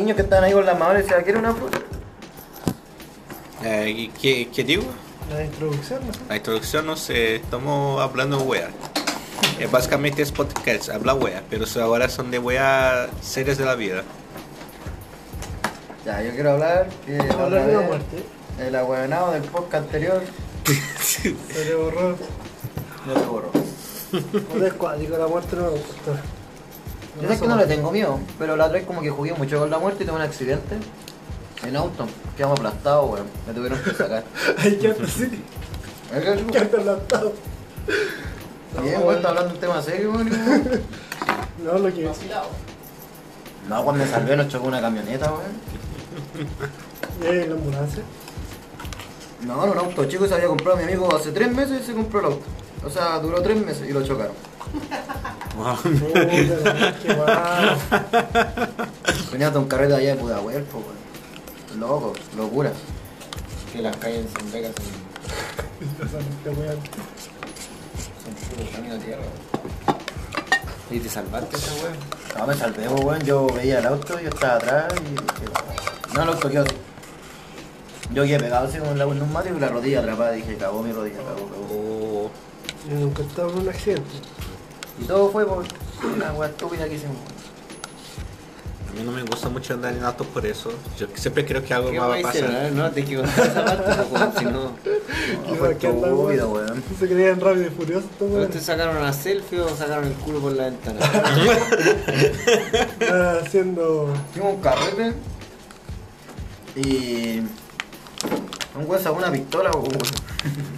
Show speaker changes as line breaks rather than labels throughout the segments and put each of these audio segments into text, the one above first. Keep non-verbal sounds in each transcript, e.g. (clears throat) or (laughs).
niños que estaban ahí con las madres y decían, ¿quieres una fruta?
Eh, ¿y ¿qué, ¿Qué digo?
La introducción, ¿no?
La introducción no sé, estamos hablando wea. Eh, básicamente es podcast, habla wea, pero so- ahora son de wea series de la vida.
Ya, yo quiero hablar que la
Vamos
otra
a hablar de la
vez,
muerte.
el ahueonado del podcast anterior
Se le borró.
no se borró.
No es cuático, la muerte no me gusta.
Yo sé que no le tengo miedo, pero la otra vez como que jugué mucho con la muerte y tuve un accidente en auto. Quedamos aplastados, weón. Me tuvieron que (laughs) sacar.
(laughs) Ay, qué anda así. Qué
Bien,
anda adelantado.
weón, está hablando un tema serio, weón.
No, lo que.
No, cuando me salvé nos chocó una camioneta, weón.
Eh, la (laughs) ambulancia.
No, era un auto chico que se había comprado mi amigo hace tres meses y se compró el auto. O sea, duró tres meses y lo chocaron.
Puta, la- Oh, qué guau.
Venía hasta un carrete allá de Pudahuel, po, weón. Loco, locura. Que las calles en San Vegas son,
Qué weón.
son puro camino a tierra.
¿Y te salvaste esa wea?
No, me salvé, po, weón. Yo veía el auto, yo estaba atrás y dije, no, el auto quedó así. Yo quedé pegado así con la un neumático y la rodilla atrapada. Dije, cagó mi rodilla, cagó, cagó.
Oh,
Yo nunca estaba en un accidente.
Y todo fue por una weá estúpida que hicimos.
a mí no me gusta mucho andar en auto por eso. Yo siempre creo que algo
¿Qué
más va
va
a
a eh?
pasar.
hacer?
(laughs)
No, te equivocaste esa parte, loco, si no.
No, fue
¿Qué anda, weón?
estúpido, weón.
Se creían rápido y furioso. estos
Pero
weones.
este
ustedes sacaron una selfie o sacaron el culo por la ventana.
Estaban haciendo.
Fuimos a un carrete y un weón sacó una pistola, po, weón.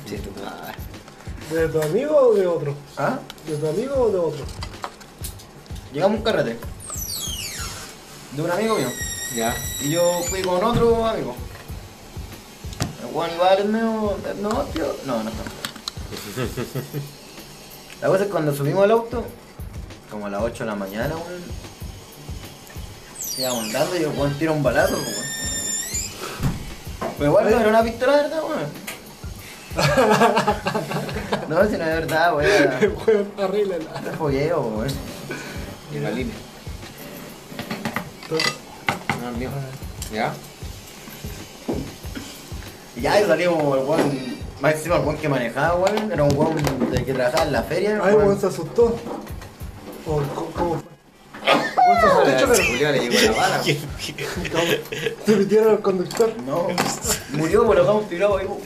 Che, tu madre.
¿De tu amigo o de otro?
¿Ah?
¿De tu amigo o de otro?
Llegamos a un carrete de un amigo mío.
Ya.
Y yo fui con otro amigo. El Juan iba al medio. No, tío. No, no, no. La cosa es que cuando subimos al auto, como a las 8 de la mañana, weón. Íbamos andando y el Juan tira un balazo, weón. Pero igual no era una pistola de verdad, weón. No, si no es verdad, weón. era-
El weón, arréglala.
Era fogueo, weón.
Y la línea.
Entonces,
No, el mío. Ya.
Y ya y salimos, el weón. Más encima el weón que manejaba, weón. Era un weón de que trabajaba en la feria.
Ay,
weón.
weón, se asustó. ¿O co- cómo fue? Weón, se
Ah,
asustó,
el
pero-
culiao le llegó la bala.
Se metieron al conductor.
No, murió por lo dejamos tirado ahí. po.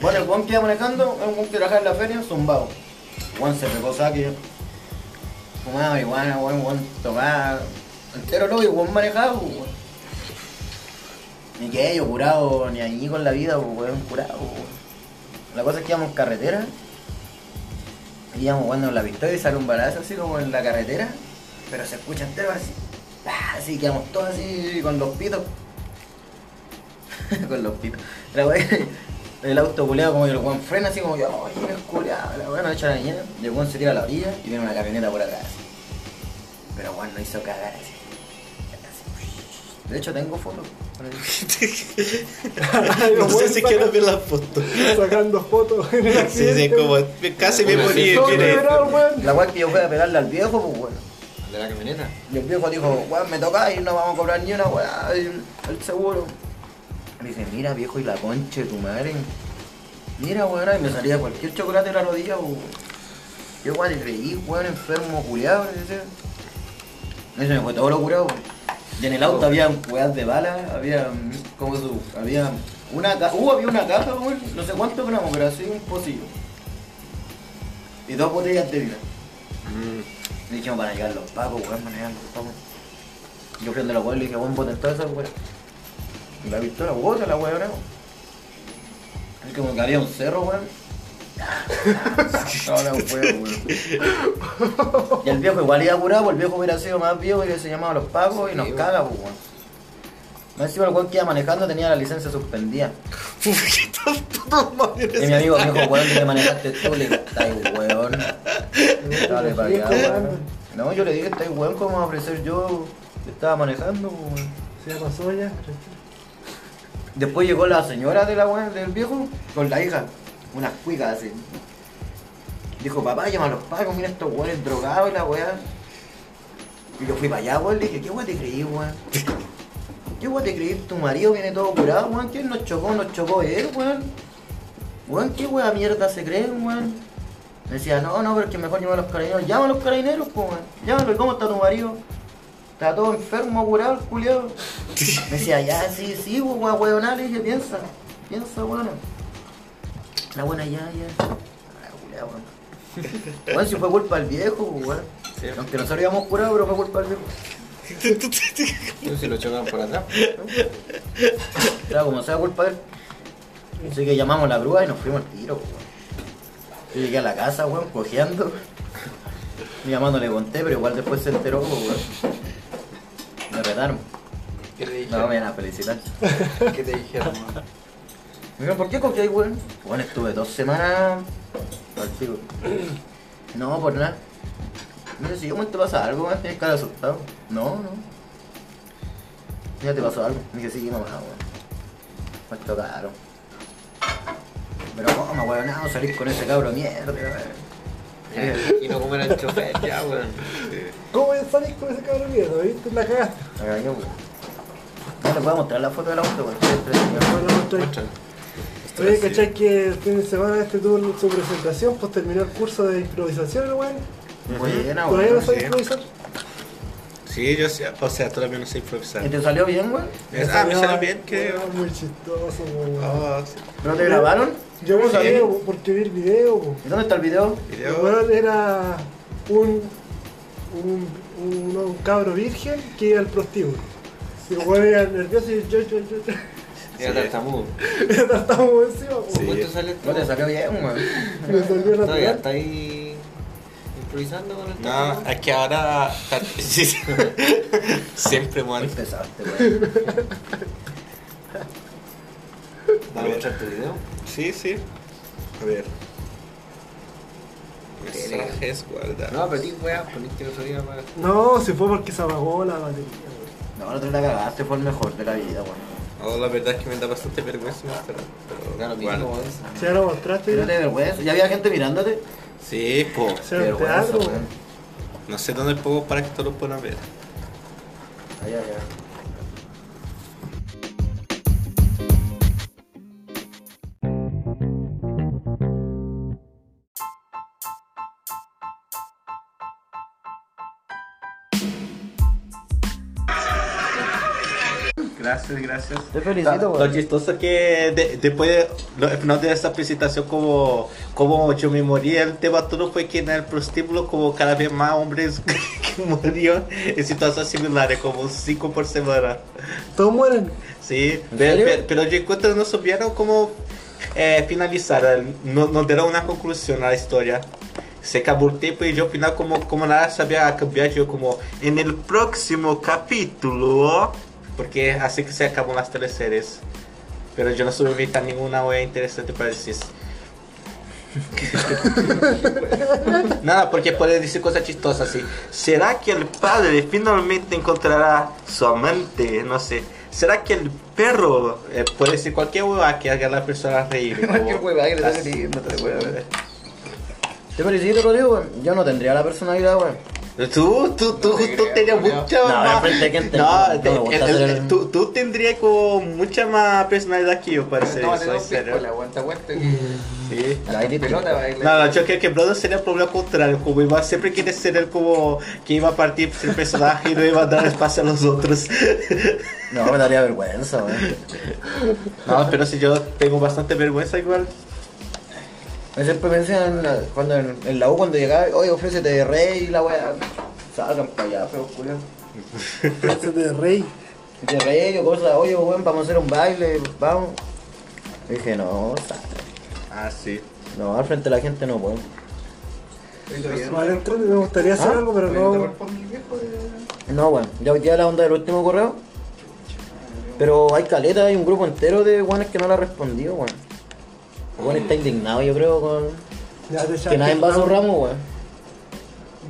Bueno, el guan que iba manejando es un guan que trabajaba en la feria, zumbado. El Guan se pegó saque, fumaba marihuana, guan, guan tocaba, entero loco y guan manejaba, po, weón. Ni que yo curado, ni allí con la vida, po, weón, curado, po, weón. La cosa es que íbamos en carretera, y íbamos jugando en la pistola y sale un balazo así como en la carretera, pero se escucha entero así. Ah, Así quedamos todos así con los pitos (laughs) con los pitos. La weá, el auto culeado como que el weón frena así como que, oh, no es culeado, la weá no echa la mañana. Y el weón se tira a la orilla y viene una camioneta por atrás. así. Pero weón no hizo cagar así. Así. De hecho tengo fotos.
Ay,
(laughs) no
los
sé
weones
si
sacan-
quiero ver la foto.
Sacando fotos en el
Sí,
accidente.
sí, como casi me
Bueno,
morí.
sí,
Todo
mire.
liberado, weón.
La weá que yo fui a pegarle al viejo, pues bueno.
¿De la camioneta?
Y el viejo dijo, weón, me toca y no vamos a cobrar ni una weá, el el seguro. Le dije, mira viejo y la concha de tu madre. Mira weón, y me salía cualquier chocolate de la rodilla, weón. Yo weón le creí, weón, enfermo, culiado, Eso me fue todo lo curado, weón. Y en el auto había weas de bala, había mm, como su. había una caja. Uh, había una caja, weón, no sé cuántos gramos, pero así un pocillo. Y dos botellas de vino.
Mm,
Le dijimos para llegar los pacos, weón, manejar los pacos. Yo fui donde los weón y le dije, weón, boten todas esas weón. Y la pistola, bota la weón, Es como que había un cerro, weón. (laughs) No, la weón, weón. Y el viejo igual iba curado, el viejo hubiera sido más viejo y hubiese llamado a los pacos y nos caga, pues, weón. Más encima el weón que iba manejando tenía la licencia (laughs) suspendida. Y mi amigo me dijo, weón, que manejaste tú, le digo, estáis weón.
(laughs)
Dale para allá, weón. No, yo le dije, estáis weón, ¿cómo va a ofrecer yo? que Estaba manejando, weón.
Se ya pasó ya. tranquilo.
Después llegó la señora de la weón, del viejo, con la hija, unas cuicas así. Dijo, papá, llama a los pagos, mira estos weones drogados y la weá. Y yo fui para allá, weón, le dije, ¿qué weón te creí, weón? ¿Qué weón te creí? Tu marido viene todo curado, weón, ¿quién nos chocó? Nos chocó él, weón. Weón, ¿qué weón mierda se creen, weón? Me decía, no, no, pero es que mejor llama a los carabineros. Llama a los carabineros, pues, weón. Llámalo, ¿y cómo está tu marido? Está todo enfermo, curado, el culiado. Me decía, ya, sí, sí, pues, weón, weón, le dije, piensa, piensa, weón. La buena, ya, ya. Ah, culiao, weón. Weón, si fue culpa del viejo, pues, weón.
Sí.
Aunque nosotros íbamos curados, pero fue culpa del viejo.
Yo si lo chocan por atrás.
Claro, como sea culpa de él. Así que llamamos la grúa y nos fuimos al tiro, pues, weón. Yo llegué a la casa, weón, cojeando. (laughs) Mi mamá no le conté, pero igual después se enteró, pues, weón. Me retaron.
¿Qué te
No me
dijeron?
vayan a felicitar.
¿Qué te dijeron? man?
Mira, ¿por qué cojeáis, weón? Bueno, estuve dos semanas. al tiro. (clears throat) No, por nada. Mira, si yo me te pasa algo, weón, tienes cara de asustado. No, no. Mira, te pasó algo. Me dije, sí, mamá, weón. Me tocaron. Pero cómo, weón, no, salís con ese cabro de mierda, weón.
(laughs) Y no comer el chofer, ya, weón.
¿Cómo voy a salir con ese cabrón de mierda? ¿Viste? La cagaste.
La cagué, weón. No les voy a mostrar la foto de la moto, weón. Estoy entretenido.
Bueno, estoy-
Muéstralo.
Oye, ¿cachai que el fin de semana este tuvo su presentación? Pues terminó el curso de improvisación, weón.
Muy bien,
¿Por ahí no
weón.
sabes
sí.
improvisar?
Sí, yo sé, o sea, todavía no sé improvisar.
¿Y te salió bien, weón?
Es- ah, me sale
salió-
bien, creo.
Weón, Muy chistoso, weón.
Oh, sí.
¿Pero te grabaron?
Yo me
Sí.
sabía weón, porque vi el video, weón.
¿Y dónde está el video?
Video.
Weón, era un, un, un, un cabro virgen que iba al prostíbulo. Y el weón era nervioso y yo, yo, yo, (laughs) yo.
Era
Sí.
tartamudo.
Era tan weón encima, weón.
Sí.
¿Cuánto sale esto?
No te salió bien, weón.
(laughs) Me salió la
Todavía está ahí improvisando con el
No,
tartamudo.
es que ahora. (laughs) sí. Siempre,
Muy
man.
pesado este, weón.
¿Va a mostrar tu video?
Sí, sí. A ver. Mensajes guardados.
No, pero di, pues, weón, poniste otro día para.
No, se fue porque se apagó la batería, weón.
No, no te la cagaste, fue el mejor de la vida, weón.
Oh, la verdad es que me da bastante vergüenza mostrar. Pero,
Da lo mismo,
guarda.
weón.
(laughs)
Si ya lo mostraste,
Pero te vergüenza, ya había gente mirándote.
Sí, po.
si era un teatro, weón.
No sé dónde pongo para que todos lo puedan ver.
Allá, allá.
Gracias, gracias.
Te felicito,
Lo
weón.
chistoso es que de- después de, lo- no, de esa presentación, como, como yo me morí, el tema todo fue que en el prostíbulo, como cada vez más hombres (laughs) que murieron en situaciones similares, como 5 por semana.
Todos mueren.
Sí,
¿En
pe- pe-
serio?
pero, yo encuentro que no supieron cómo eh, finalizar, el- no, no dieron una conclusión a la historia. Se acabó el tiempo y yo al final como, como nada sabía cambiar, yo como en el próximo capítulo, porque así que se acaban las teleseries. Pero yo no subí a ninguna wea interesante para decir. Nada, porque puede decir cosas chistosas así. ¿Será que el padre finalmente encontrará su amante? No sé. ¿Será que el perro eh, puede decir cualquier hueva que haga a la persona reír?
(laughs) Cualquier
como-
hueva que le estás
así.
diciendo, te hueva.
Te felicito, Rodrigo, weón. Yo no tendría la personalidad, weón.
Tú, tú, tú,
No te
tú
creo,
tenías
culiao.
mucha
No,
más.
de frente, ¿quién te-
No,
no me
de-
gusta
el- el-
hacer-
tú, tú tendrías como mucha más personalidad que yo, para ser
Tómate
soy
dos
serio.
piscolas, aguanta, aguanta. que-
Sí.
Ahí te-
Pelota, baila.
No, no, yo creo que Brother sería el problema contrario, como iba siempre quiere ser el como que iba a partir el personaje y no iba a dar espacio a los otros. (laughs)
No, me daría vergüenza, weón.
No, pero si yo tengo bastante vergüenza igual.
Me siempre me decían la- cuando en, en la U cuando llegaba, oye, ofrécete de rey y la weá. Salgan para allá, feo culiao.
Ese de rey.
De rey yo cosas, oye, weón, vamos a hacer un baile, vamos. Y dije, no, sa-
Ah, sí.
no, al frente de la gente no puedo.
Vale, entonces, me gustaría hacer
¿Ah?
algo, pero no.
No, bueno, ya hoy día la onda del último correo. Pero hay caleta, hay un grupo entero de guanes que no la ha respondido, weón. El Juan está indignado, yo creo, con.
Ya te echaste
Que nadie
el
va a su
ramo.
ramo, weón.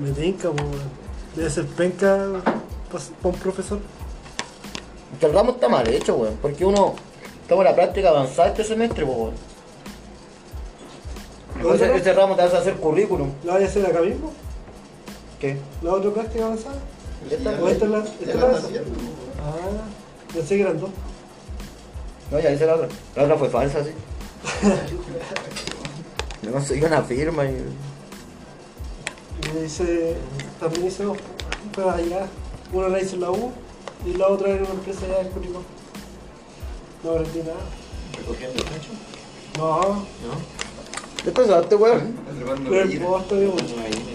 Me tinca, po, weón. Debe ser penca para un profesor.
Que el ramo está mal hecho, weón. Porque uno. Estamos en la práctica avanzada este semestre, pues, weón. Entonces,
¿Dónde?
ese ramo te vas a hacer currículum.
¿Lo voy a hacer acá mismo?
¿Qué?
¿La otra práctica avanzada?
Esta
¿O esta es la- esta es la- Ah, pensé que eran dos.
No, ya hice la otra. La otra fue falsa, sí. Yo conseguí una firma y.
Y hice, también hice dos, pero allá. Una la hice en la U y la otra en una empresa allá en Curicó. No aprendí nada.
¿Recogiendo el cacho?
No,
¿Qué pensaste, weón?
Atrapando
pero el
gallinas.
posto, digo.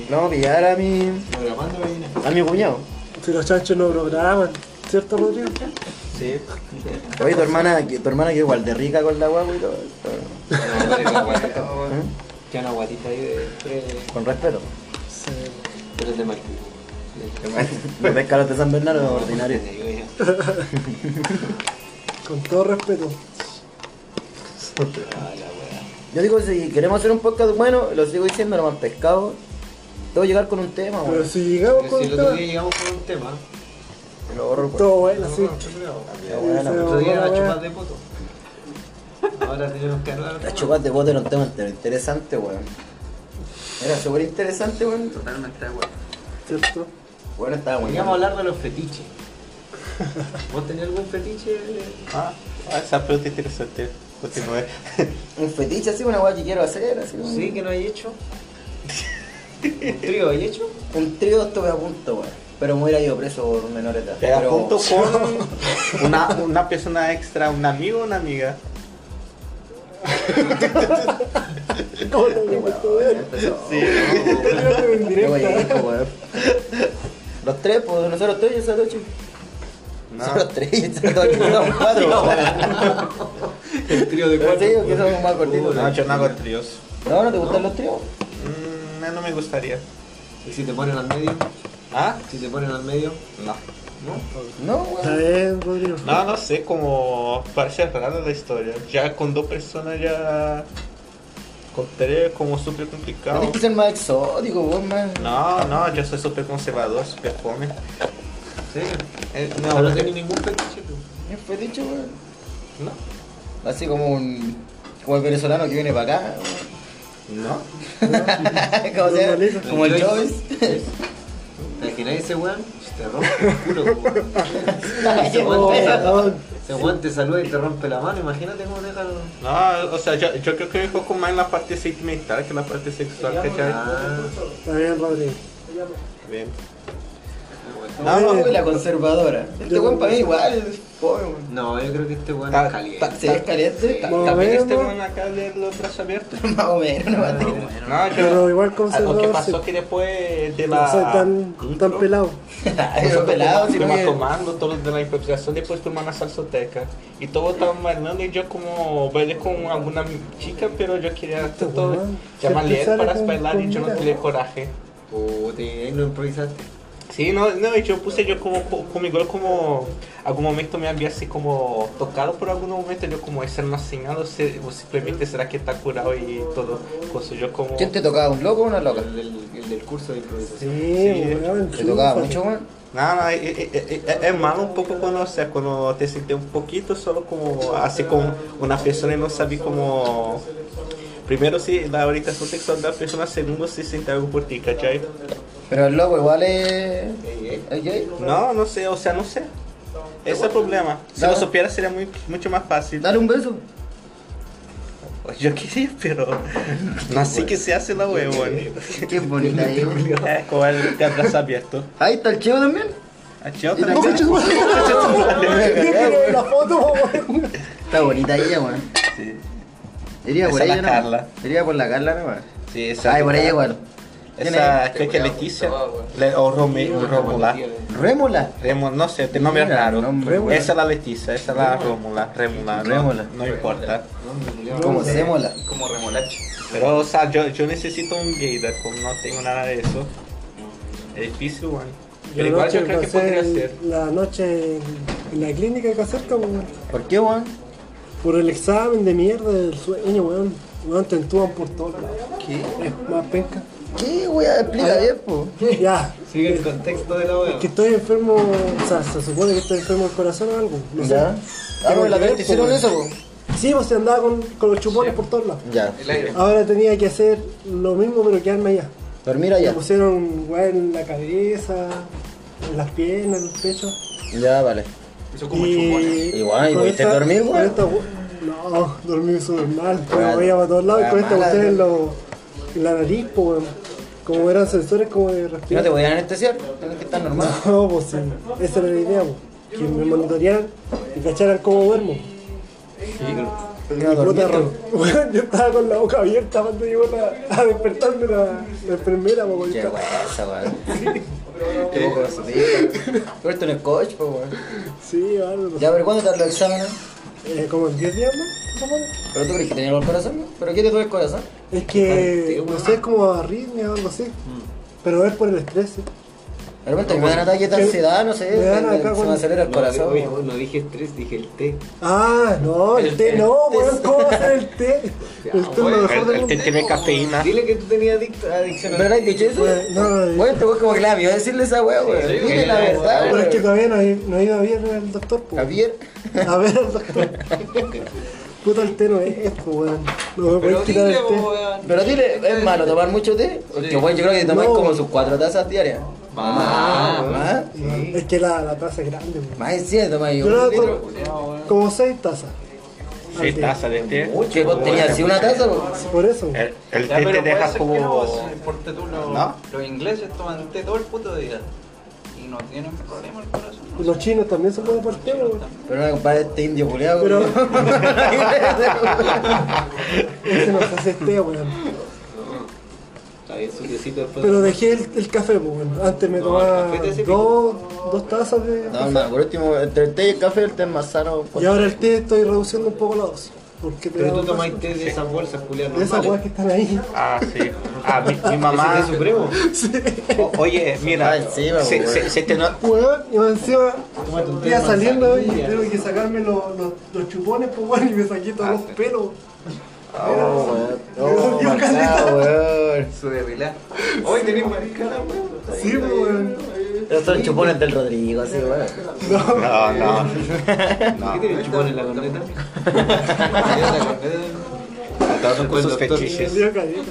No, pillar a mi.
Atrapando gallinas.
a mi cuñado.
Si los chanchos no programan, ¿cierto, Rodrigo?
(laughs)
Sí.
Oye, tu hermana, que- tu hermana que igual de rica con la guagua y todo. esto,
No, pero esa guatita,
¿eh?
weón. Que una guatita ahí de tres-
Con respeto.
Sí.
tres de Martín.
(laughs) Los pescaros de San Bernardo
No,
son ordinarios.
porque te digo yo.
Con todo respeto.
Ah, la wea.
Yo digo, si queremos hacer un podcast bueno, lo sigo diciendo, nomás pescado. Debo llegar con un tema,
Pero
weón.
si llegamos
Pero
con
si el otro
todo,
día llegamos con un tema.
Te Lo borro, weón.
todo bueno, sí.
Ya, weón,
Sí,
El
weón.
otro día
Ahora,
era
weón.
chupas de poto. Ahora tenemos que hablar.
Las chupas de bote era un tema entero interesante, weón. Era súper interesante, weón.
Totalmente de acuerdo.
¿Cierto?
Bueno, estaba muy
Podríamos hablar de
(laughs)
los fetiches. ¿Vos tenés algún fetiche? eh,
Ah, ah, esa pregunta interesante. Continúe.
Un fetiche así, una weá que quiero hacer, así. un-
Pues Sí, que no hay hecho. ¿Un trío hay hecho?
Un trío estuve a punto, weón. Pero me hubiera ido preso por menor edad.
Pero
Pero-
Eh, junto con una, una persona extra, un amigo o una amiga.
No, no,
Qué
no,
weón,
no, no.
empezó.
(laughs) Está tirando en
Qué
directa.
weón, weón. (laughs) Los tres, pues nosotros tres y esa noche.
No.
Son los tres y esa noche. Somos cuatro, weón.
El trío de
Pero te digo que somos más cortitos.
No, yo no hago tríos.
No, no te gustan los tríos.
Mm, no, no me gustaría.
¿Y si te ponen al medio?
¿Ah?
Si te ponen al medio,
No.
¿no?
No,
Está
weón.
bien, Rodrigo.
No, no sé, como parece rara la historia. Ya con dos personas ya... Con tres como súper complicado.
Tienes que ser más exótico, weón, más.
No, no, yo soy súper conservador, súper fome.
¿Sí?
Eh,
No,
no,
no tenés ningún fetiche tú.
Un fetiche, weón.
no.
Así como un. como el venezolano que viene para acá.
No.
weón. (laughs) como, sea,
Normalito.
como el Joyce. (laughs)
¿Te imaginas ese weón? Te rompe el culo, weón. Ese
Oh,
weón te saluda-
weón.
ese weón te saluda y te rompe la mano. Imagínate cómo deja el.
No, o sea, yo, yo creo que me enfoco más en la parte sentimental que en la parte sexual, ¿cachai?
Ah,
Está bien, Rodrigo.
Bien.
weón.
No, weón, la conservadora. Este weón para mí igual. es pobre, weón.
No, yo creo que este weón
Ta-
es caliente.
ta-
Si es caliente,
Más o
También este
menos.
man acá de los brazos abiertos.
(laughs) más o menos, no va a
No,
tirar.
bueno.
No, yo
Pero igual
Ah, Lo que
conservador. sí.
pasó que después de la.
No soy tan, tan pelado.
Pero pelado, si no
Estuvimos
que-
tomando todos los de la improvisación, después fuimos a una salsoteca. Y todos estaban bailando y yo como bailé con alguna chica, pero yo quería tanto
weón,
llamarle a
siempre
él para
sale con-
bailar y
con
yo no
mira.
tenía coraje.
Puta, y ahí no improvisaste.
Sí, no, no, y yo puse yo como co- con mi gol como algún momento me había así como tocado por algún momento yo como ese no asignado o simplemente será que está curado y todo cosas yo como
¿Quién te tocaba? ¿Un loco o una loca?
El del, el del curso de
Sí,
improvisación.
de
weón.
¿Te tocaba
chúpate.
mucho, weón?
No, no, es, es- es- es- es malo un poco cuando, o sea, cuando te sientes un poquito solo assim, como así como una persona y no sabes como... Primero si la orientación sexual de la persona, segundo si siente algo por ti, ¿cachai?
Pero el loco igual es.
Ey, ey.
¿Es gay?
No, no sé, o sea, no sé. Ese es el é problema. Si lo supiera sería muy, mucho más fácil.
Dale un beso.
Yo quería, pero no así que se hace é, la huevón.
Qué bonita ahí. weón.
Es como el de abrazo abierto.
Ahí está el chivo también.
Ah, chao,
Y
también.
también-
Yo quiero ver la foto, weón.
Está bonita ella, weón.
Sí,
Iría por
Esa
ella,
la
¿no?
Carla.
Iría por la Carla, ¿no? weón?
sí, esa-
Ay, por ella igual.
Esa,
Tiene-
creo que Leticia. Le- o Romeo, Rómula.
Rémola.
Remo- no sé, te nombre es
Mira,
raro.
nombre, bueno.
Esa es la Leticia, esa es la Rómula. Rémula, no-
Rémula.
No, importa.
Como sémola.
Como remolacha.
Pero, o sea, yo, yo necesito un gator, como no tengo nada de eso. Es difícil, weón. Pero igual
noche
yo creo que
pasé
podría ser.
La noche en- en la clínica que acerca, weón.
¿Por qué, weón?
Por el examen de mierda del sueño, weón. Weón, te entuban por todos lados.
¿Qué?
Es más penca.
¿Qué, weón? Explica bien, po.
Ya,
Sigue el contexto de la wea.
que estoy enfermo, o sea, se supone que estoy enfermo del corazón o algo. No sé.
¿Ya? Ah,
Tengo
la
que ver,
vez te hicieron
po,
eso, po.
Sí, o sea, andaba con, con los chupones por todos lados.
Ya.
El aire.
Ahora tenía que hacer lo mismo, pero quedarme allá.
Dormir
Me
allá.
pusieron un weón en la cabeza, en las piernas, en el pecho.
Ya, vale.
Eso como chupones.
Y bueno, ¿y
con
pudiste
esta-
dormir,
con
weón?
esta gu- No, dormí súper mal. Me
Weón,
movía para todos lados y con
weón,
esta
mala,
cuestión en,
weón.
lo- en la nariz, po, weón. Como eran sensores como de
Si no
respirar.
te voy a anestesiar, tienes que estar normal.
No, pues sí. Esa era la idea, po. Que me monitorearan y cacharan cómo duermo.
No,
Puta,
dormiste.
(laughs) ro- weón, yo estaba con la boca abierta cuando llegó la- a despertarme la, la enfermera, pues, po, weón.
Qué huesa,
(laughs)
weón. Qué poco racista. Pero esto no es coach, po, weón.
Sí, vale. pues.
Ya, pero ¿cuándo te dan los exámenes?
Eh, como en 10 días más, se supone.
¿Pero tú crees que tenía el corazón? no? ¿Pero qué te duele el corazón?
Es que, no sé, es como arritmia o algo así. Pero es por el estrés. sí.
De repente me dan ataques de ansiedad, no sé,
Me dan
me-
acá
me- se me
cuando-
acelera el corazón.
No,
weón.
no, no dije estrés, dije el té.
Ah, no, el,
El
té
té.
no, weón, ¿cómo va a ser el té?
Ya,
El té es lo
bueno,
mejor
Ah, El,
del
el té
mundo.
tiene cafeína.
Dile que tú tenías adic- adicción
¿Pero no
al
has dicho eso?
Weón, No, no, no,
Bueno, te voy como que le da miedo decirle esa weá, weón.
sí,
Dile
sí,
la
sí,
verdad,
pero es que
weón.
todavía no he, no he ido a ver al doctor, pues. po.
Javier.
A ver al doctor. Puta, el té no es, po, weón. No me
Pero
puedes quitar
dile,
el té.
weón.
Pero dile, ¿es malo tomar mucho té? Porque,
Sí.
weón, yo creo que tomáis
No. Ah,
como sus cuatro tazas diarias.
Ah,
Ah,
Más.
Más.
No, Es que la, la taza es grande, weón.
Más de siete tomáis.
Yo
weón.
la tomo como seis tazas. al
Seis
día.
tazas Eh. de té.
Que vos tenías así una taza, weón.
Por eso. weón.
El, el té
Ya, pero
te
puede
deja
ser que no,
como.
si Porque tú los,
¿No?
los ingleses toman té todo el puto día. Y no tienen problema el corazón. no
Los chinos también se pueden partir, weón.
Pero no compadre este indio culeado,
Pero-
weón.
Ese nos hace té, weón.
Está bien suciocito después.
Pero dejé el, el café, pues, bueno. Antes me
No,
tomaba
el café te hace
dos, dos tazas
(laughs)
de
No,
café.
hermano, por último, entre el té y el café, el té es más sano.
pues.
pues.
Y ahora el té estoy reduciendo un poco la dosis. Porque te
Pero
da
tú
un
tomáis té de esas bolsas, Julián.
vaso de esas weas que están ahí.
Ah, sí. Ah, mi, mi mamá.
(laughs)
¿Es té supremo?
O- oye, mira.
Ah, encima,
se,
weón.
se, se te
(laughs)
no-
Weón, y más encima
Tómate un té
ya
de
saliendo y
manzanilla.
tengo que sacarme los, los, los chupones, pues bueno, y me saqué todos los pelos.
Oh, weón.
Pero
Oh,
Dios,
marcado, weón.
Su debilidad. Hoy tenés mariscada, weón.
Sí, pues weón.
Estos son chupones del Rodrigo, así, weón.
No, no.
¿Qué tiene chupón en la corneta?
Todos son con sus
Doctor.
Me
fetiches.
dio caleta.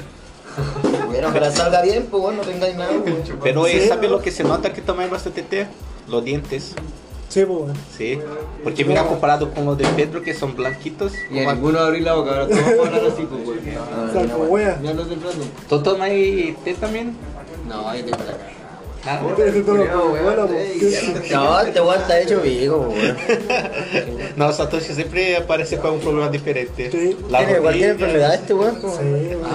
Bueno, ojalá salga bien, pues bueno, no tengáis nada, weón.
Pero, oye, ¿sabes lo que se nota que tomáis bastante té? Los dientes.
Sí, pues weón.
Sí. Porque mira, comparado con los de Pedro, que son blanquitos.
Y a ninguno abrí la boca, ahora todos vamos a hablar así, pues, güey.
Ah,
O sea, como wea.
Mira los del Brandon.
¿Tú tomáis té también?
No, ahí tengo la cara.
Nada.
Ese todo lo que bueno, pues.
No, este weón está hecho vivo, weón.
No, Satoshi siempre aparece con un problema diferente.
Tiene
Sí.
cualquier
rodilla.
enfermedad este weón,
Sí,
pues.
weón.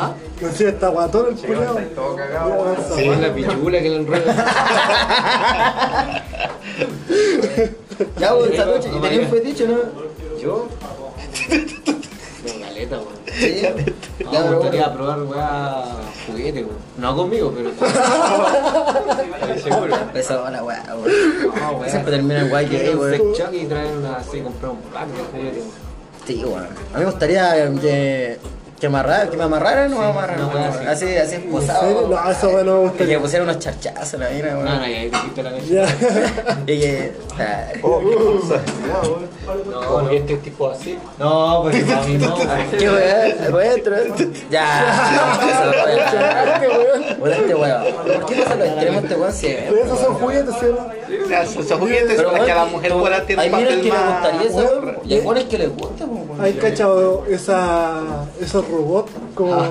No sé, está guatón el culiao.
está todo cagado, weón.
Esa
Sí.
Es
wea.
la pichula que le enreda.
(laughs) Ya, weón, Satoshi, y tenía un fetiche, ¿no?
¿Yo? No, galeta, güey.
Sí. Ya,
No, me
pero
gustaría
bueno.
probar, weá, juguete, güey. No conmigo, pero.
Seguro.
Empezó la weá, weón.
No, weá.
Siempre termina el guay que hay,
Quiero un
weón.
sex shop y traer una. Sí, comprar un pack de juguete, güey.
Sí, bueno. A mí me gustaría eh, que, que, amarrar, que me amarraran o amarraran.
una wea
weón. así, así esposado.
serio? No, esa wea no me
Y
gustaría.
que pusieran unos charchazos en la mina,
No, no,
weón.
ya ahí te quito la cancha.
Ya.
Y que. ah,
Oh, ¿qué cosa?
No, no. este tipo así? No, porque para mí (laughs) no.
¿Qué weón? ¿Weón? tra- Ya.
Qué weón.
Hola, este weón. ¿Por qué pasa lo extremo este weón siempre?
Pero esos son juguetes, ¿sí? ¿no?
O sea, Son son juguetes para que la
weón,
mujer pueda tener
Hay
un
minas
papel
que les
más.
gustaría esa weón. Y hay
Weón.
buenas que les gusta, weón.
¿Hay cachado esa, esos robots? Como...
Ah.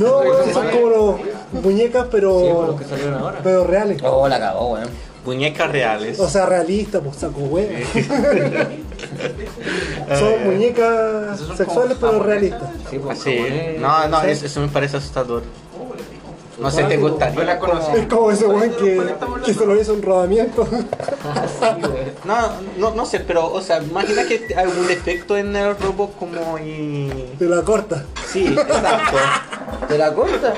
No, weón, son como los muñecas,
Sí, por los
pero,
que salieron ahora.
pero reales.
Oh, la cagó, weón.
Muñecas reales.
O sea, realistas, pues saco
(laughs)
hueá. Son muñecas
Eh, Esos son
sexuales,
como
pero
japonesas.
realistas.
Sí, pues,
Así.
japonés.
Ah, No, no, eso, eso me parece asustador. No sé, ¿te
Yo la
gustaría?
conocí.
Es como ese weón que, que se lo hizo un rodamiento.
No, no, no sé, pero, o sea, imagina que hay algún defecto en el robot como y...
De la corta.
Sí, exacto.
¿Te la corta?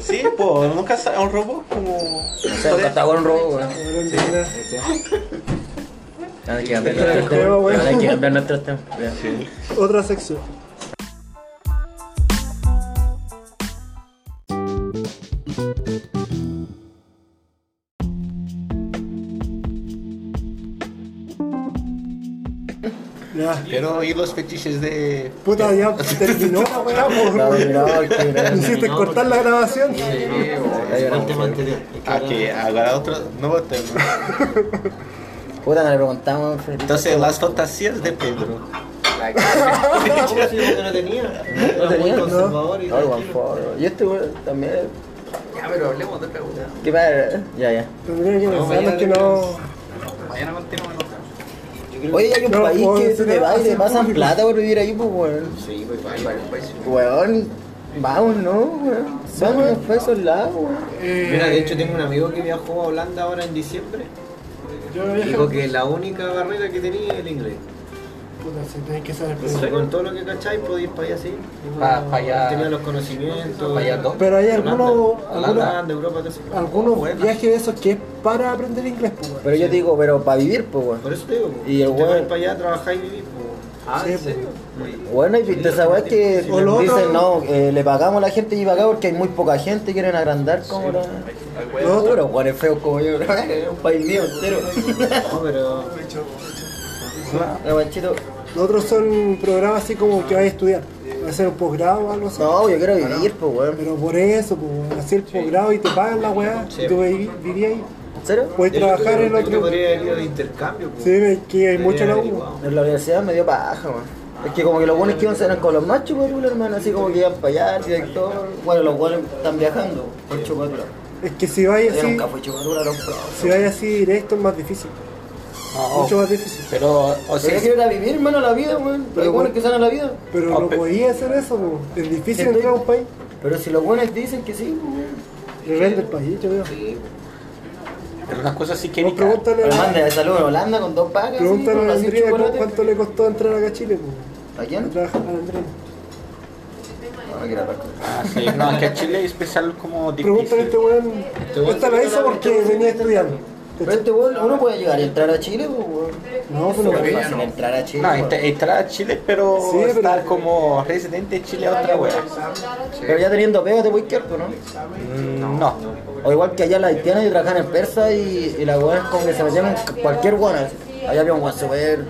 Sí, pues, nunca sa- un robot como...
O sea, está con robo, weón.
Weón, de verdad.
Ahora hay que cambiar nuestro tema.
creo, weón.
Ahora hay que cambiar nuestro tema.
Otra sección. Ya.
Pero, ¿y los fetiches de.?
Puta, ya terminó la weá, pues.
No, no, qué
po.
grande.
Hiciste cortar la grabación.
Sí,
Ya
no, el
lloramos,
tema anterior. Es que
Ah,
ahora-
que agarra otro nuevo tema.
Puta, no le preguntamos. Felipe.
Entonces, las fantasías de Pedro.
¿Cómo se dijo que no tenía?
No
Era muy
tenía, no.
conservador y
No, el Juan
tranquilo.
Pablo. Y este güey también.
Ya, pero hablemos de otra cosa.
¿Qué padre? ¿eh? Ya, ya.
Tendrían que pensar los que no.
Mañana continuamos.
Oye, hay un
No,
país
puedo
que
decir
te
nada,
va y te
sí,
pasan
público.
plata por vivir ahí, pues, weón.
Sí, pues vale, vale, pues.
Weón, vamos, ¿no, pues, weón? Son unos pesos largos, weón.
Eh,
Mira, de hecho tengo un amigo que viajó a Holanda ahora en diciembre.
Yo no
Dijo
viajo.
que la única barrera que tenía era el inglés.
Puta, si tenés que saber.
Entonces, con Pues, todo lo que cacháis podéis para allá, sí. Dijo,
Pa- pa' allá-
Tenía los conocimientos.
pa' allá todo.
Pero hay
Holanda.
algunos- algunos-
Holanda, Europa, Oh, todo eso.
Algunos
Buena.
viajes de esos que es para aprender inglés, pues. weón.
Pero yo te digo, pero para vivir, pues, weón.
Por eso te digo, po.
Y el
te
weón-
vais para allá, trabajáis y vivís. po.
Ah,
Sí,
¿en serio?
pues. Bueno, y viste esa weá que
O lo otro-
dicen, no, eh, le pagamos a la gente y acá porque hay muy poca gente y quieren agrandar como la...
Lo otro-
Puro weón, es feo como yo, (laughs) es un país mío entero. Ah,
No, pero.
No, manchito.
Los otros son programas así como que vas a estudiar. Vas a hacer un posgrado o algo así.
No, yo quiero vivir, pues, weón.
Pero por eso, pues, hacer el posgrado y te pagan la weá.
Sí.
Tú vivi- vivías ahí.
¿En serio?
Puedes trabajar en
Yo
otro.
podría haber ido de intercambio. po.
Sí, ve que hay
Podría
mucho la
haber
U.
averiguado.
En la universidad me dio paja, weón. Es que como que los buenos que iban eran con los machos, weón, hermano, así como que iban para allá, el director. Bueno, los buenos están viajando por chupadura.
Es que si vais
Yo
así,
nunca fui chupadura, los profes.
si vais así directo es más difícil.
Ah,
Mucho
oh.
más difícil.
Pero, o
Pero
sea,
yo quiero ir a vivir, hermano, la vida, weón.
Pero
Los buenos
bueno.
que salen a la vida.
Pero
Ah,
no
pe-
podía hacer eso, po. es difícil
Estoy-
entrar a un país.
Pero si los buenos dicen que sí, pues, weón.
Revende el país, yo veo.
pero una cosa sí que
Vos pregúntale,
Hermano, de salud en Holanda con dos pagas. así,
pregúntale a
con
la
así
Andrea cu-
chocolate.
cuánto le costó entrar acá a Chile. Po.
¿A
A
quién?
trabajar a la Andrea.
No, no quiero hablar con-
Ah, sí, no, es que a Chile es especial como
Pregúntale a
difícil.
este weón. Esta la hizo porque venía estudiando.
Pero este weón, uno puede llegar y entrar a Chile, pues, weón.
No,
No
pero
es
weón.
fácil entrar a Chile.
No, este-
weón.
ent- entrar a Chile, pero
Sí, pero-
estar como residente de Chile es otra wea.
Pero ya teniendo pega te voy izquierdo, ¿no?
Mm, No,
O igual que allá las haitianas y trabajaban en persa y, y las weonas como que se metían en cualquier weón. Allá había un weón super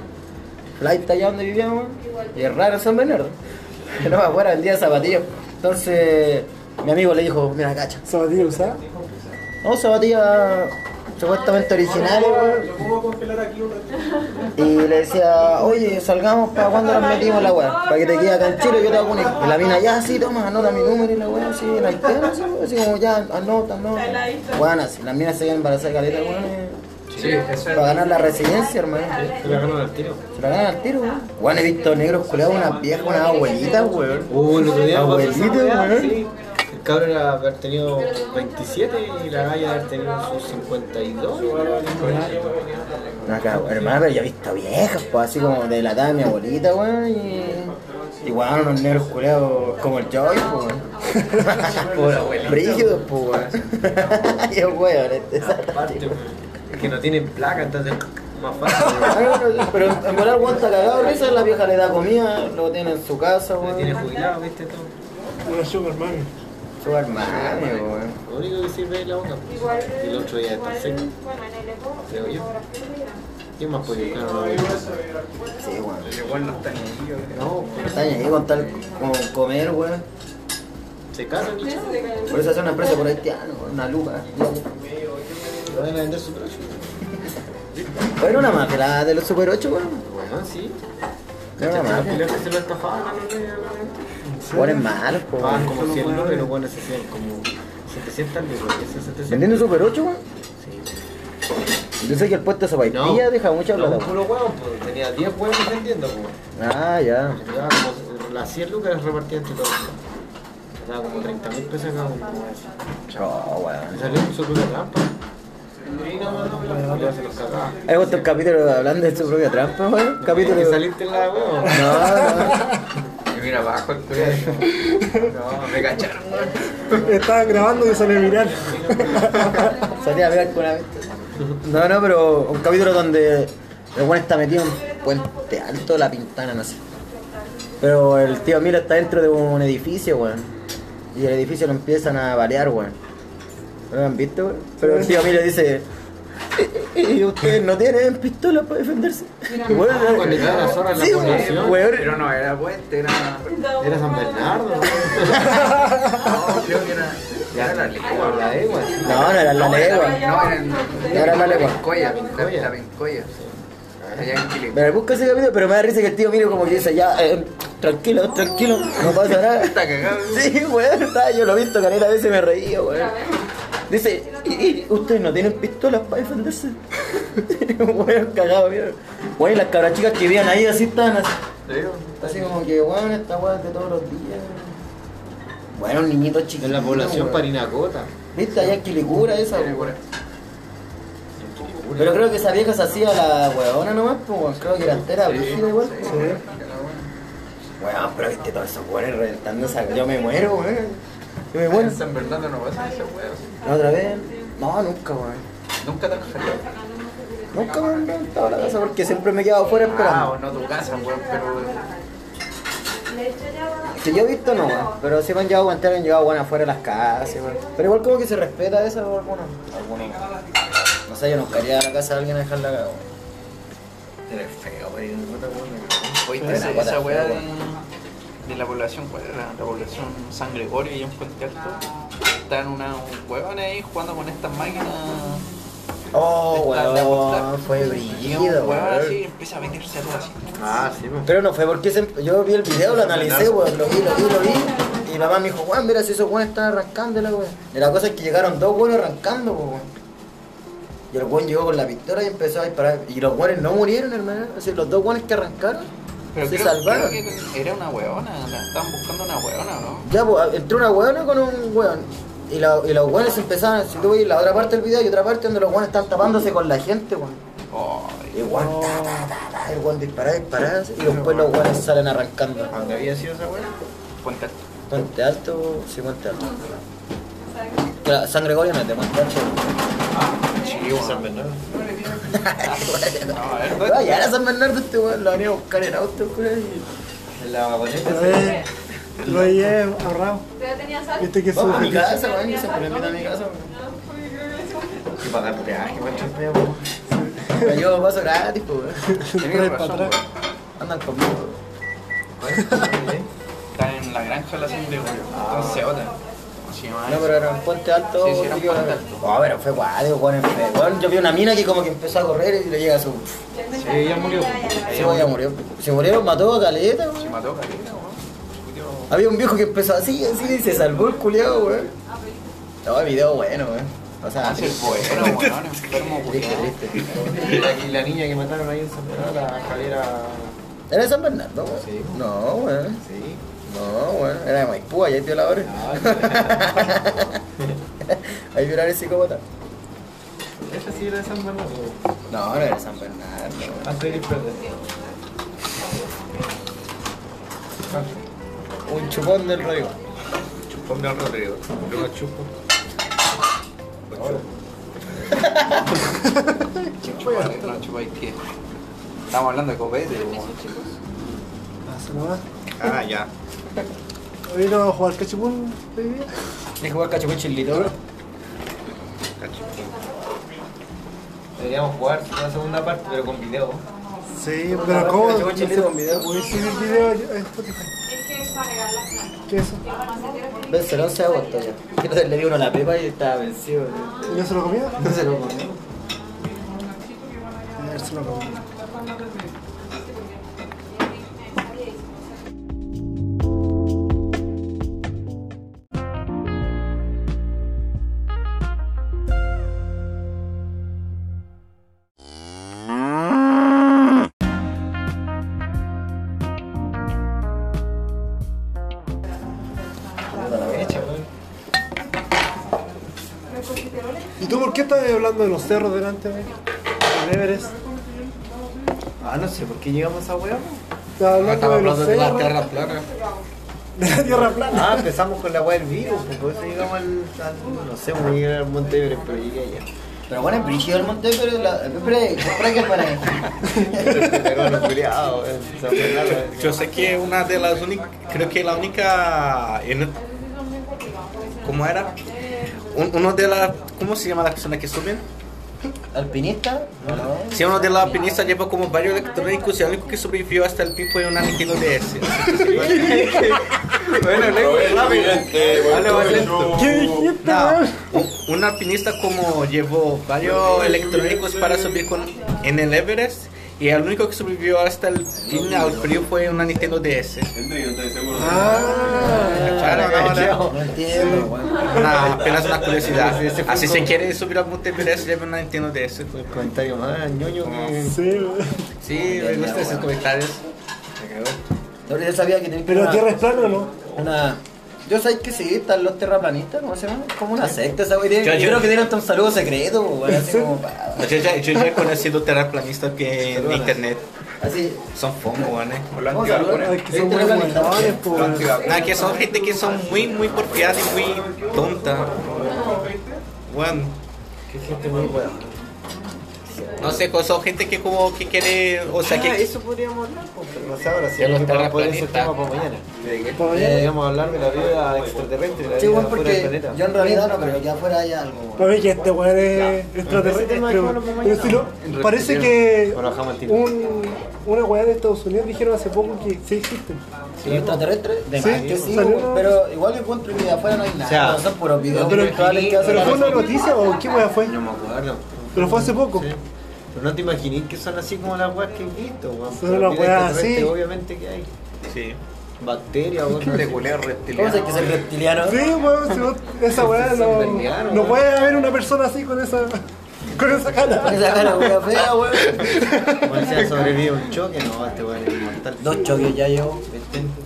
flight allá donde vivíamos. Y es raro San Bernardo. Que no (laughs) me acuerdo, vendía zapatillas. Entonces, mi amigo le dijo, mira, cacha.
Sabatilla usada.
No, zapatillas supuestamente originales, weón. Y le decía, oye, salgamos para cuando nos metimos la weá, para que te quede acá en Chile, yo te hago un Y la mina, ya, sí, toma, anota mi número y la weá, así, en haitiano, así, weón, así como ya, anota, anota. Weón, así, las minas se iban para hacer caleta, weón, eh,
Sí, eso
para ganar la residencia, hermano.
Te la ganan al tiro.
Se la ganan al tiro, weón. Weón, he visto negros culeados, unas viejas, unas abuelitas, weón.
Uh, el otro día pasó esa
Abuelito,
weá,
weón.
sí. El cabrón era haber tenido 27 y la galla haber tenido sus 52.
No, acá, hermano, pero yo he visto viejas, pues así como de la edad de mi abuelita, weón, y. Y weón, unos negros culeados como el Joy, pues weón. Brígidos, pues weón. (laughs) Y el weón, este
Aparte, weón, que no tienen placa, entonces más (laughs) fácil. weón.
Pero en volar weón está cagado, risa, la vieja le da comida, lo tiene en su casa,
Se tiene
weón.
jubilado, viste todo.
Una sugar mami.
Su hermano, weón.
Lo único que sirve es la boca. Y el otro día está seco. Creo yo. ¿Quién más puede buscar una boca?
Sí, weón.
Igual no está ni yo, creo.
No, pues,
Está ahí con tal con comer, weón.
se casan y chao.
Por eso hace una empresa por haitiano, weón, una luca.
Lo van a vender su precio.
Era una más, que la de los Super 8, weón.
Bueno, sí. Ah,
Era una
Los
más.
pilotos se lo estafaban a los negros, weón.
Ponen malos, po.
Pagaban como 100 lucas y los buenos se hacían como 700 lucas. ese 700.
¿Vendiendo Super 8, weón? Yo sé que el puesto de zapatillas deja mucha plata.
No, puro huevo, pues tenía 10 huevos vendiendo, pues.
weón. Ah, ya.
Le daba como las 100 lucas las repartía entre todos. Le daba como 30 mil pesos a cada uno. weón.
Oh,
Me
weón.
salió un solo de trampa. Y no, no, no, la familia se los cagaba.
¿Has visto el capítulo de hablando de su propia trampa, weón? Capítulo
que
de...
salirte en la huevo.
No,
Y mira abajo el cuidado. No, me cacharon.
(laughs) Estaban grabando y sale viral.
no. Salí a ver alguna vez. No, no, pero un capítulo donde el weón está metido en Puente Alto, La Pintana, no sé. Pero el tío Milo está dentro de un edificio, weón. Y el edificio lo empiezan a balear, weón. ¿No lo han visto, weón? Pero el tío Milo dice, ¿Y ustedes no tienen pistola para defenderse?
Mira,
Bueno,
ah, cuando quedaba la zorra en la
Sí,
población.
weón.
Pero no era puente, era.
Era San Bernardo.
No, creo que era. Ya era la legua,
Por
(laughs)
la egua. sí.
No, no era la legua.
No, era
Era la legua.
Pencoya, la Pencoya. Allá en Chile.
Pero busca ese capítulo, pero me da risa que el tío mire como que dice, ya, eh, tranquilo, tranquilo, no pasa nada.
Está cagado.
Sí, weón, está, yo lo he visto caneta a veces me reía, weón. Dice, ¿y, y ustedes no tienen pistolas para defenderse? (laughs) weón, cagado, mira. Weón, y las cabras chicas que veían ahí así estaban así. Así como que, weón, esta weón es de todos los días. Bueno, un niñito chiquito.
En la población
weón.
parinacota.
¿Viste? Allá en Quilicura esa, weón.
En Quilicura.
Pero creo que esa vieja se hacía la weona nomás, pues, weón. Creo que era entera, brígida igual. pues, weón. Weón, pero viste todos esos weones reventando esa. Yo me muero, weón. Yo me muero.
En San Bernardo no pasa esa hueá.
¿La otra vez? No, nunca, weón.
Nunca trabajaría.
Nunca me han reventado la casa porque siempre me he quedado afuera
Ah,
esperando.
o no tu casa, weón, pero.
Si yo he visto, no, weón. Pero sí me han llevado a aguantar, me han llevado, weón, afuera de las casas, weón. Pero igual como que se respeta esa, weón, algunos. Algunos. No sé, yo no quería a la casa de alguien a dejarla acá, weón.
Eres feo, weón. Oíste esa, esa weá de, de la población, ¿cuál era? La población San Gregorio y en Puente Alto. Estaban unos huevones ahí jugando con estas máquinas.
Oh,
Esta- de
weón,
apostar.
fue
Y un
brillido,
huevón
weón.
así empieza a meterse a todo así.
Ah, sí, pues.
Pero no fue porque se- yo vi el video, lo analicé, weón, lo vi, lo vi, lo vi. Y mamá me dijo, weón, mira si esos weones están arrancándola, weón. Y la cosa es que llegaron dos weones arrancando, po, weón. Y el weón llegó con la pistola y empezó a disparar. Y los weones no murieron, hermano. O sea, los dos weones que arrancaron
Pero
se
creo,
salvaron.
creo que era una huevona, la estaban buscando una huevona, ¿no?
Ya, pues, entró una weona con un weón. Y, la- y los weones empezaron, si tú ves la otra parte del video y otra parte donde los weones están tapándose con la gente, weón.
Ay,
Y el weón, ta, ta, ta, ta, el weón dispara, dispara. Y después los weones salen arrancando.
¿Dónde había sido esa weá?
Puente Alto.
Puente Alto, sí, Puente Alto. Claro, San Gregorio no es de Puente Alto.
Ah, Sí, weón.
(laughs)
San Bernardo.
No, a ver,
Pero
¿dónde?
allá era San Bernardo este weón, lo venía a buscar en auto, weón.
En la vagoneta.
Eh, Lo veía ahorrado. Viste que
Vamos a mi
sube. (laughs)
casa, weón, y se me invita a mi casa, weón.
Y pagar peaje, weón, tres pesos.
Pero yo paso gratis, pues, weón.
Tenía
para
razón,
atrás.
weón.
Andan conmigo, weón.
Está en la granja de la San Gregorio. Entonces, otra. ¿Cómo se llama?
No, pero era un Puente Alto.
Ah, Sí, sí, era en
sí, weón.
Puente Alto.
Oh, pero fue guadio, weón. enfermo. Weón, yo vi una mina que como que empezó a correr y le llega a su...
Sí, ella murió.
Sí, weón, ya murió. Se murieron, mató a Caleta,
Se
weón.
mató Calera, weón.
Había un viejo que empezó así, así, y se salvó el culiao, weón. No, el video bueno, weón. O sea,
Ah,
Hace el
(laughs)
poeta, weón, enfermo,
Triste,
weón.
triste.
Y la, y la niña que mataron ahí en San Bernardo, la Javiera.
¿Era de San Bernardo, weón?
Sí.
No, weón.
Sí.
No, weón. Era de Maipú, allá hay
(laughs)
violadores. hay violadores psicópatas.
Esa Este sí era de San Bernardo. Ah,
No, no era de San Bernardo, weón.
Antes de ir perder.
Un chupón del rollo.
Ponme al Rodrigo. Yo lo chupo. Lo chupo.
Chupar, no chupar qué. Estamos hablando de copete, weón.
Pasa nomás.
Ah, ya.
Hoy no vamos a jugar cachipún, baby.
¿Y jugar cachupín chilito, bro?
Deberíamos jugar la segunda parte, pero con video.
Sí, pero ¿cómo?
Cachipún chilito con video.
Voy a subir el video eh, en Spotify. ¿Qué es eso?
Ves, el 11 de agosto ya. Quiero le di uno a la pepa y estaba vencido. weón.
¿Y no se lo comía?
No se lo comió.
A ver, se lo comía. ¿Y tú por qué estás hablando de los cerros delante de Everest?
Ah, no sé, ¿por qué llegamos a esa weá?
Ah, Estaba hablando de los cerros.
planas.
(laughs) De la tierra plana.
Ah, empezamos con la weá del virus, pues por eso llegamos al, al- no sé, voy a llegar al Monte Everest, pero llegué allá. (laughs)
Pero bueno, en principio del monte, pero la... Espera, que para
Pero los culiados, eh, San Bernardo, eh.
Yo sé que una de las únicas, creo que la única, en- ¿cómo era? Un- uno de las, ¿cómo se llama las personas que suben?
¿Alpinista? No, no.
Si uno de los alpinistas lleva como varios electrónicos y el único que sobrevivió hasta el pico era una Nintendo DS. bueno, luego es rápido.
eh,
Vale, vale. No, un- un alpinista como llevó varios electrónicos para subir con, en el Everest y el único que sobrevivió hasta el fin al frío fue una Nintendo DS.
Gente, yo estoy seguro.
Ah.
Claro, no, no.
Ah, No entiendo, weón.
Una- apenas una curiosidad. Así se quiere subir a Monte Everest, lleva una Nintendo DS.
Comentario
"Ah,
más ñoño que.
Sí,
Sí, me gustan esos comentarios.
Ahora yo sabía que tenía
pero
una,
tierra es plana, ¿no?
una. Yo sabía que sí, están los terraplanistas, ¿cómo se llama? Como una secta esa wey. Yo,
Yo- yo-
creo que tienen hasta un saludo secreto, weón. Así como. pa-
Yo ya, yo ya he conocido terraplanistas que en
Perdona.
internet
Así.
son fome, weón. eh.
Vamos a
Ay,
saludar.
que son muy buenos, pues.
Nada, que son gente que son muy, muy porfiadas y muy tonta. Weón. No sé, co- son gente que como que quiere, o sea, que
eso podríamos hablar,
No sé ahora
Ya lo está la planeta.
mañana.
Para
Eh,
ver-
Vamos a hablar de la vida extraterrestre, la
Sí,
vida
weón,
fuera del
porque
planeta.
yo en realidad no creo que afuera hay algo, weón.
para ver que este weón es extraterrestre.
tema dejémoslo para
Pero si no,
mañana.
parece que
Ahora bajamos el tiro.
un, una weá de Estados Unidos dijeron hace poco que sí existen.
Sí, extraterrestre, de
Sí,
más que sí,
salió-
weón, pero igual encuentro que afuera no hay nada,
O sea,
son puros videos
Pero,
virtuales que hacen
pero fue
la-
una noticia o qué weá fue?
No me acuerdo.
Pero fue hace poco.
Sí. Pero no te imaginé que son así como las weas que he visto, weón.
Son
La
unas
vida
weas
extraterrestre,
así.
Obviamente que hay.
Sí.
Bacterias, weón. no sé.
¿Cómo se que ser reptiliano?
Sí, weón, si no- esa weá no,
verguearon,
no
weón.
puede haber una persona así con esa, con esa cara.
(laughs) Esa cara, weón,
(laughs)
fea, weón.
Bueno,
(laughs)
si ha sobrevivido un choque, no, este weón es inmortal.
Dos choques ya llevo.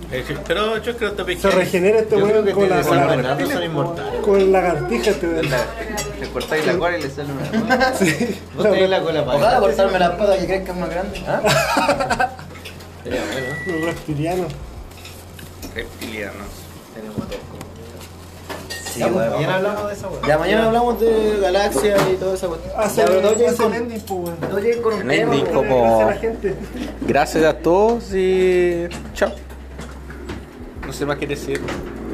Eh, Pero yo creo también
Se
que...
regenera este
Yo creo
weón
que
con
te
la
San
con
Bernardo
la-
son inmortales.
Con lagartija este weón.
Le cortáis la cola y le
(laughs)
sale una nueva.
Sí.
Vos tenés la cola para
Ojalá cortarme las patas que crees que es más grande. ¿Ah?
Sería bueno.
Los reptilianos.
Reptilianos.
Tenemos dos.
Sí,
Ya, pues,
weón.
Mañana hablamos de esa weón.
Ya mañana hablamos de galaxia y toda esa cuestión.
Hace,
Ya, pero todos lleguen
hace
con-
el ending, pues, weón.
todos lleguen con un
El ending,
tema,
como-
Gracias a la gente.
Gracias a todos y chao. No sé más qué decir.